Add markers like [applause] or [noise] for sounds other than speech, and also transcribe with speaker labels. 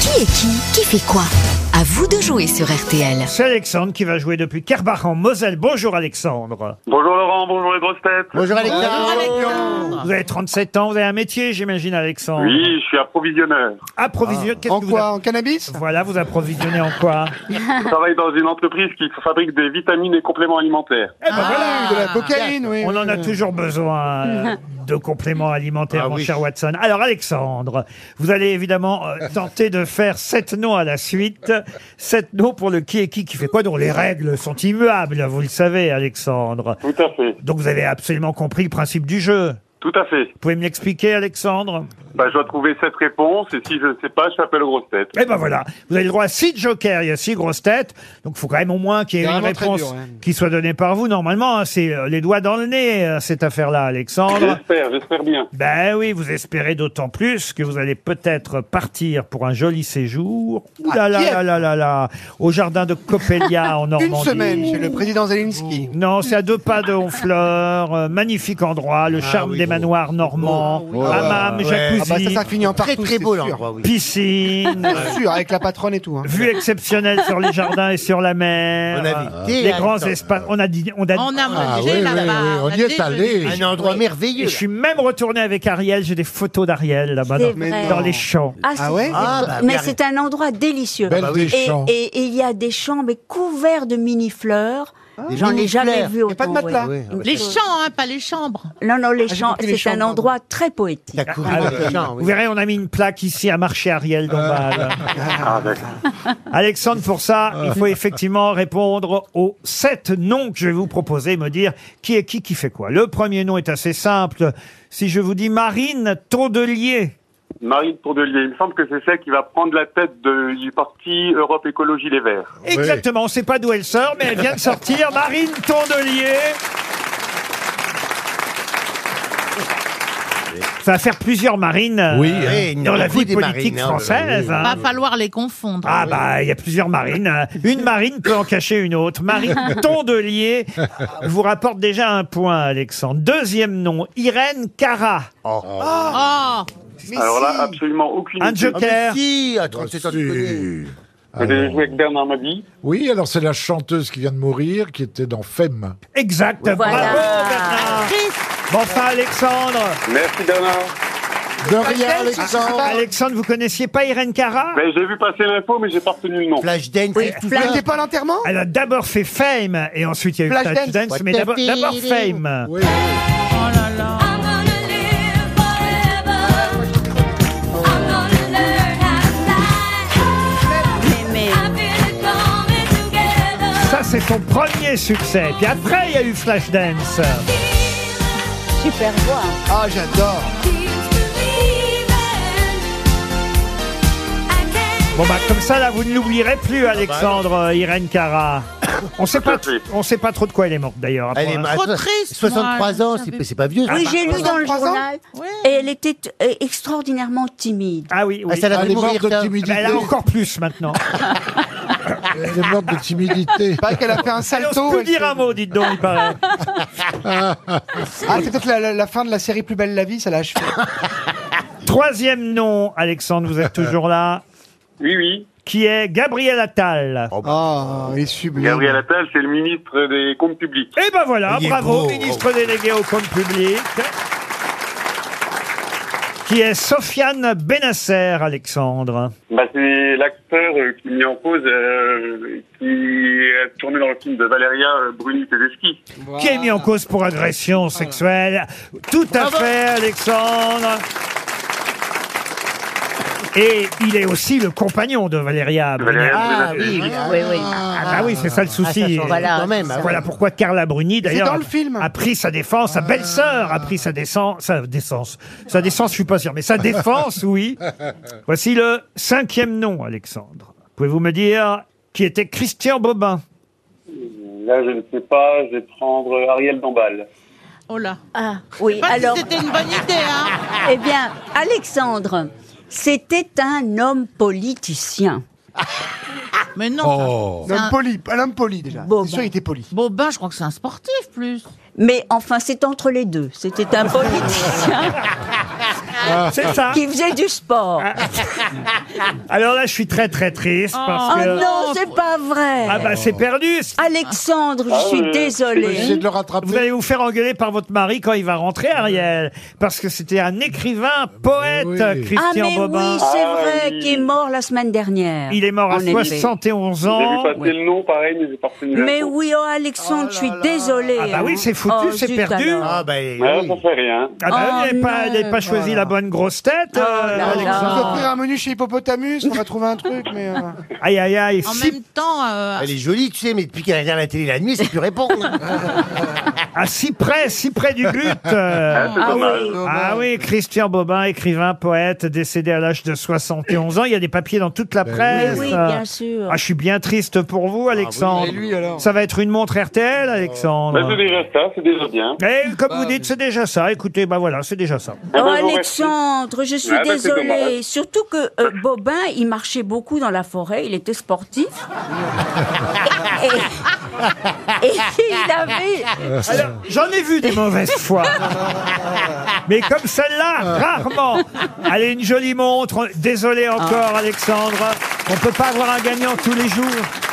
Speaker 1: Qui est qui Qui fait quoi À vous de jouer sur RTL.
Speaker 2: C'est Alexandre qui va jouer depuis Carbach en Moselle. Bonjour Alexandre.
Speaker 3: Bonjour Laurent, bonjour les grosses têtes.
Speaker 4: Bonjour Alexandre.
Speaker 2: Vous avez 37 ans, vous avez un métier, j'imagine Alexandre.
Speaker 3: Oui, je suis approvisionneur.
Speaker 2: Approvisionne, qu'est-ce
Speaker 4: Ah. En
Speaker 2: que vous
Speaker 4: quoi En cannabis
Speaker 2: app- Voilà, vous approvisionnez en quoi
Speaker 3: Je travaille dans une entreprise qui fabrique des vitamines et compléments alimentaires.
Speaker 2: Eh ben voilà,
Speaker 4: Ah, De la cocaïne, oui.
Speaker 2: on en a
Speaker 4: oui.
Speaker 2: toujours besoin euh, de compléments alimentaires,
Speaker 5: Ah
Speaker 2: mon
Speaker 5: oui.
Speaker 2: cher Watson. Alors Alexandre, vous allez évidemment euh, tenter de faire sept noms à la suite, sept noms pour le qui est qui qui fait quoi, dont les règles sont immuables, vous le savez Alexandre.
Speaker 3: Tout à fait,
Speaker 2: Donc vous avez absolument compris le principe du jeu.
Speaker 3: tout à fait.
Speaker 2: Vous pouvez me l'expliquer, Alexandre
Speaker 3: Bah, je dois trouver cette réponse et si je ne sais pas, je t'appelle aux grosses têtes.
Speaker 2: Eh ben voilà, vous avez le droit à six jokers, il y a six grosses têtes, donc il faut quand même au moins qu'il y ait
Speaker 4: C'est
Speaker 2: une
Speaker 4: vraiment très
Speaker 2: réponse
Speaker 4: dur, hein.
Speaker 2: qui soit donnée par vous. Normalement, hein, c'est euh, les doigts dans le nez, euh, cette affaire-là,
Speaker 4: [coughs]
Speaker 2: Alexandre.
Speaker 3: J'espère, j'espère bien.
Speaker 2: Ben oui, vous espérez d'autant plus que vous allez peut-être partir pour un joli séjour. Ouh là
Speaker 4: À
Speaker 2: là
Speaker 4: Kiev.
Speaker 2: là là là là, au jardin de
Speaker 4: [laughs]
Speaker 2: Coppelia en Normandie.
Speaker 4: Ah, Une semaine chez le président Zelensky.
Speaker 2: Non, c'est à deux pas de Honfleur, euh, magnifique endroit, le charme
Speaker 5: oui,
Speaker 2: des
Speaker 5: beau.
Speaker 2: manoirs normands,
Speaker 5: oui.
Speaker 2: hammam,
Speaker 5: Ouais.
Speaker 2: jacuzzi,
Speaker 4: Oh, Ah bah ça, ça finit en partout,
Speaker 5: Très très beau
Speaker 4: c'est sûr.
Speaker 5: l'endroit, oui.
Speaker 2: piscine.
Speaker 4: [laughs] C'est sûr, avec la patronne et tout. hein.
Speaker 2: Vue exceptionnelle sur les jardins et sur la mer.
Speaker 5: On a
Speaker 2: Les
Speaker 5: visité,
Speaker 2: grands
Speaker 5: Alexandre.
Speaker 2: espaces. On a dit, on a
Speaker 6: On a
Speaker 7: Ah oui,
Speaker 6: mangé
Speaker 7: oui,
Speaker 6: là-bas.
Speaker 7: oui, on y est
Speaker 6: déjeuné.
Speaker 7: allé.
Speaker 5: Un endroit
Speaker 2: Et
Speaker 5: merveilleux.
Speaker 2: je suis même retourné avec Ariel. J'ai des photos d'Ariel là-bas
Speaker 8: C'est
Speaker 2: dans,
Speaker 4: vrai.
Speaker 2: Ah, dans les champs.
Speaker 8: Ah,
Speaker 4: Ah
Speaker 8: c'est-
Speaker 4: ouais Bah
Speaker 5: Ah, bah,
Speaker 8: mais
Speaker 5: bien.
Speaker 8: c'est un endroit délicieux.
Speaker 7: Belle des
Speaker 8: Et
Speaker 7: champs.
Speaker 8: et- et il y a des champs mais couverts de mini fleurs. J'en ai jamais
Speaker 4: Ah.
Speaker 8: vu
Speaker 4: Y a
Speaker 8: autant.
Speaker 4: pas de matelas. Ah,
Speaker 8: ouais.
Speaker 6: Les champs, hein, pas les chambres.
Speaker 8: Non, non, les
Speaker 4: j'ai
Speaker 8: champs,
Speaker 4: compris les
Speaker 8: c'est un
Speaker 4: champs,
Speaker 8: endroit très poétique.
Speaker 5: T'as couru
Speaker 2: Ah
Speaker 5: dans
Speaker 2: oui.
Speaker 5: les champs,
Speaker 2: Vous
Speaker 5: oui.
Speaker 2: verrez, on a mis une plaque ici à marché Ariel Dombal.
Speaker 3: Ah, d'accord.
Speaker 2: Alexandre, pour ça,
Speaker 5: Ah.
Speaker 2: il faut effectivement répondre aux sept noms que je vais vous proposer et me dire qui est qui qui fait quoi. Le premier nom est assez simple. Si je vous dis Marine Tondelier,
Speaker 3: Marine Tourdelier, il me semble que c'est celle qui va prendre la tête de- du parti Europe Écologie Les Verts.
Speaker 2: Exactement, on ne sait pas d'où elle sort, mais elle vient de
Speaker 5: [laughs]
Speaker 2: sortir. Marine Tondelier. Ça va faire plusieurs marines
Speaker 7: Oui,
Speaker 2: euh,
Speaker 7: hein.
Speaker 5: Oui, il y en a
Speaker 2: dans la
Speaker 5: beaucoup
Speaker 2: vie
Speaker 5: des
Speaker 2: politique
Speaker 5: marines, hein,
Speaker 2: française. hein.
Speaker 7: Ah.
Speaker 6: Va falloir les confondre.
Speaker 2: Ah bah, il y a plusieurs marines.
Speaker 5: [laughs]
Speaker 2: Une marine peut en cacher une autre. Marine Tondelier vous rapporte déjà un point, Alexandre. Deuxième nom, Irène Cara.
Speaker 6: Oh,
Speaker 4: Mais
Speaker 3: Alors
Speaker 4: si.
Speaker 3: là, absolument aucune
Speaker 2: Un
Speaker 3: idée.
Speaker 2: joker.
Speaker 5: Ah, mais si, à 37 ans, tu connais.
Speaker 7: Si.
Speaker 3: Vous avez joué avec Bernard Mabie.
Speaker 7: Oui, alors c'est la chanteuse qui vient de mourir, qui était dans Femme.
Speaker 2: Exact. Bravo,
Speaker 8: Voilà.
Speaker 2: Bernard. Bon, enfin, Alexandre.
Speaker 3: Merci Bernard.
Speaker 7: De rien, Alexandre.
Speaker 2: Alexandre, vous connaissiez pas Irène Cara
Speaker 3: Ben, j'ai vu passer l'info, mais j'ai pas retenu le nom.
Speaker 5: Flashdance,
Speaker 8: Oui,
Speaker 5: c'est tout
Speaker 4: Mais
Speaker 8: flash-
Speaker 5: ça.
Speaker 4: C'était pas l'enterrement
Speaker 2: Elle a d'abord fait Fame et ensuite il y a eu
Speaker 4: Flashdance.
Speaker 2: Flashdance, mais
Speaker 5: What
Speaker 2: d'abord
Speaker 5: the
Speaker 2: d'abord
Speaker 5: feeling.
Speaker 2: Fame.
Speaker 7: Oui.
Speaker 6: oh là là.
Speaker 8: Mais, mais-
Speaker 6: Ah,
Speaker 2: Ça c'est son premier succès. Puis après il y a eu Flashdance.
Speaker 8: super voix.
Speaker 4: Ah, j'adore.
Speaker 2: Bon bah comme ça là vous ne l'oublierez plus Alexandre euh, Irène Cara. On sait pas
Speaker 3: Tout à fait.
Speaker 2: on sait pas trop de quoi elle est morte d'ailleurs.
Speaker 5: Elle est
Speaker 2: Pour-
Speaker 5: ma-
Speaker 6: Trop triste,
Speaker 5: 63
Speaker 6: moi,
Speaker 5: ans,
Speaker 6: je
Speaker 5: c'est
Speaker 6: savais
Speaker 5: c'est pas vieux.
Speaker 8: Oui, j'ai lu dans le
Speaker 4: 63 ans
Speaker 8: journal.
Speaker 6: Ouais.
Speaker 8: Et elle était euh, extraordinairement timide.
Speaker 2: Ah oui, oui.
Speaker 5: Ah, ça l'a
Speaker 7: Elle
Speaker 5: fait
Speaker 7: est morte
Speaker 5: mourir.
Speaker 7: de
Speaker 5: ça.
Speaker 7: timidité.
Speaker 2: Bah, elle a encore plus
Speaker 5: [laughs]
Speaker 2: maintenant.
Speaker 7: Elle est morte de timidité.
Speaker 4: Pas qu'elle a fait un
Speaker 2: Elle
Speaker 4: salto.
Speaker 2: n'ose plus
Speaker 4: elle
Speaker 2: dire
Speaker 4: s'est-
Speaker 2: un mot, dites donc,
Speaker 5: [laughs]
Speaker 2: il paraît.
Speaker 4: Ah, c'est peut-être la, la- la fin de la série Plus belle la vie, ça l'a achevé.
Speaker 2: Troisième nom, Alexandre, vous êtes toujours là,
Speaker 3: Oui, oui.
Speaker 2: qui est Gabriel Attal.
Speaker 4: Ah, il est sublime.
Speaker 3: Gabriel Attal, c'est le ministre des Comptes Publics.
Speaker 2: Et ben voilà,
Speaker 5: Il est
Speaker 2: bravo,
Speaker 5: beau.
Speaker 2: ministre délégué au compte public. Qui est Sofiane Benasser, Alexandre.
Speaker 3: Bah, c'est l'acteur euh, qui est mis en cause, euh, qui a tourné dans le film de Valeria euh, Bruni Tedeschi.
Speaker 2: Qui est mis en cause pour agression sexuelle. Tout à fait, Alexandre. Et il est aussi le compagnon de Valéria Bruni.
Speaker 3: Valeria
Speaker 5: Ah
Speaker 3: Bruni
Speaker 5: oui,
Speaker 3: Tedeschi.
Speaker 5: oui.
Speaker 8: Ah oui, oui.
Speaker 2: Ah bah oui, c'est ça le souci.
Speaker 5: voilà, quand même. ah oui.
Speaker 2: Voilà pourquoi Carla Bruni, d'ailleurs,
Speaker 4: dans le film.
Speaker 2: a pris sa défense, sa belle-sœur a pris sa défense, sa défense, sa défense, je suis pas sûr, mais sa
Speaker 4: [laughs]
Speaker 2: défense, oui. Voici le cinquième nom, Alexandre. Pouvez-vous me dire qui était Christian Bobin
Speaker 3: Là, je ne sais pas, je vais prendre euh, Ariel Dombal.
Speaker 6: Oh là.
Speaker 8: Ah, oui,
Speaker 6: Pas
Speaker 8: alors,
Speaker 6: si c'était une bonne idée, hein.
Speaker 8: eh bien, Alexandre, c'était un homme politicien.
Speaker 6: Mais non.
Speaker 7: Oh.
Speaker 4: Un homme poli, un homme poli déjà.
Speaker 8: Bon,
Speaker 4: c'est sûr,
Speaker 8: bon.
Speaker 4: il était poli.
Speaker 6: Bobin, je crois que c'est un sportif, plus.
Speaker 8: Mais enfin, c'est entre les deux. C'était un politicien.
Speaker 2: C'est ça.
Speaker 8: qui faisait du sport.
Speaker 2: Alors là, je suis très très triste parce
Speaker 8: Oh
Speaker 2: que.
Speaker 8: non, c'est pas vrai.
Speaker 2: Ah bah c'est perdu.
Speaker 8: Alexandre, je suis
Speaker 3: oui.
Speaker 7: Essayez
Speaker 8: désolée.
Speaker 7: de le rattraper.
Speaker 2: Vous allez vous faire engueuler par votre mari quand il va rentrer, Ariel, parce que c'était un écrivain, poète,
Speaker 7: oui.
Speaker 8: Ah
Speaker 2: Christian
Speaker 8: mais
Speaker 2: Bobin.
Speaker 8: oui, c'est
Speaker 3: Ah
Speaker 8: vrai,
Speaker 3: oui.
Speaker 8: qui est mort la semaine dernière.
Speaker 2: Il est mort à
Speaker 8: En effet.
Speaker 2: 71
Speaker 3: J'ai vu
Speaker 2: ans.
Speaker 3: passer le nom, pareil, mais j'ai pas retenu la
Speaker 8: Mais
Speaker 3: photo.
Speaker 8: oui, oh Alexandre, je suis désolée.
Speaker 2: Ah bah oui,
Speaker 8: hein.
Speaker 2: c'est foutu,
Speaker 8: Oh,
Speaker 2: c'est
Speaker 8: zut
Speaker 2: perdu.
Speaker 8: alors.
Speaker 5: Ah, ben.
Speaker 3: Ouais,
Speaker 5: oui.
Speaker 3: ça fait rien.
Speaker 2: Ah bah,
Speaker 8: Oh
Speaker 2: vous n'avez pas,
Speaker 8: non.
Speaker 2: vous n'avez pas choisi la bonne grosse tête, euh,
Speaker 8: là là.
Speaker 2: Alexandre.
Speaker 4: On peut offrir un menu chez Hippopotamus, on va trouver un truc, mais... euh,
Speaker 2: Aïe aïe aïe.
Speaker 6: En
Speaker 2: six-
Speaker 6: même temps, euh,
Speaker 5: Elle est jolie, tu sais, mais depuis qu'elle regarde la télé la nuit, c'est plus répondre.
Speaker 2: À ah, si près, si près du but. euh.
Speaker 3: C'est dommage.
Speaker 2: Ah oui, Christian Bobin, écrivain, poète, décédé à l'âge de 71 ans. Il y a des papiers dans toute la
Speaker 7: Ben oui.
Speaker 2: presse.
Speaker 8: Oui, bien sûr. Ah,
Speaker 2: Ah, je suis bien triste pour vous, Alexandre.
Speaker 4: Et lui, alors
Speaker 2: Ça va être une montre RTL, Alexandre.
Speaker 3: Bah, c'est déjà ça, c'est déjà bien.
Speaker 2: Eh, comme vous dites, c'est déjà ça. Écoutez, bah voilà, c'est déjà ça.
Speaker 3: Ah
Speaker 8: Oh
Speaker 3: bah, je vous remercie.
Speaker 8: Alexandre, je suis
Speaker 3: Ah bah, c'est
Speaker 8: désolée.
Speaker 3: dommage.
Speaker 8: Surtout que euh, Bobin, il marchait beaucoup dans la forêt, il
Speaker 2: [laughs]
Speaker 8: était sportif. et, et il avait...
Speaker 2: Alors, j'en ai vu des mauvaises fois. Mais comme celle-là, rarement. Allez, une jolie montre. Désolé encore, Alexandre. On peut pas avoir un gagnant tous les jours.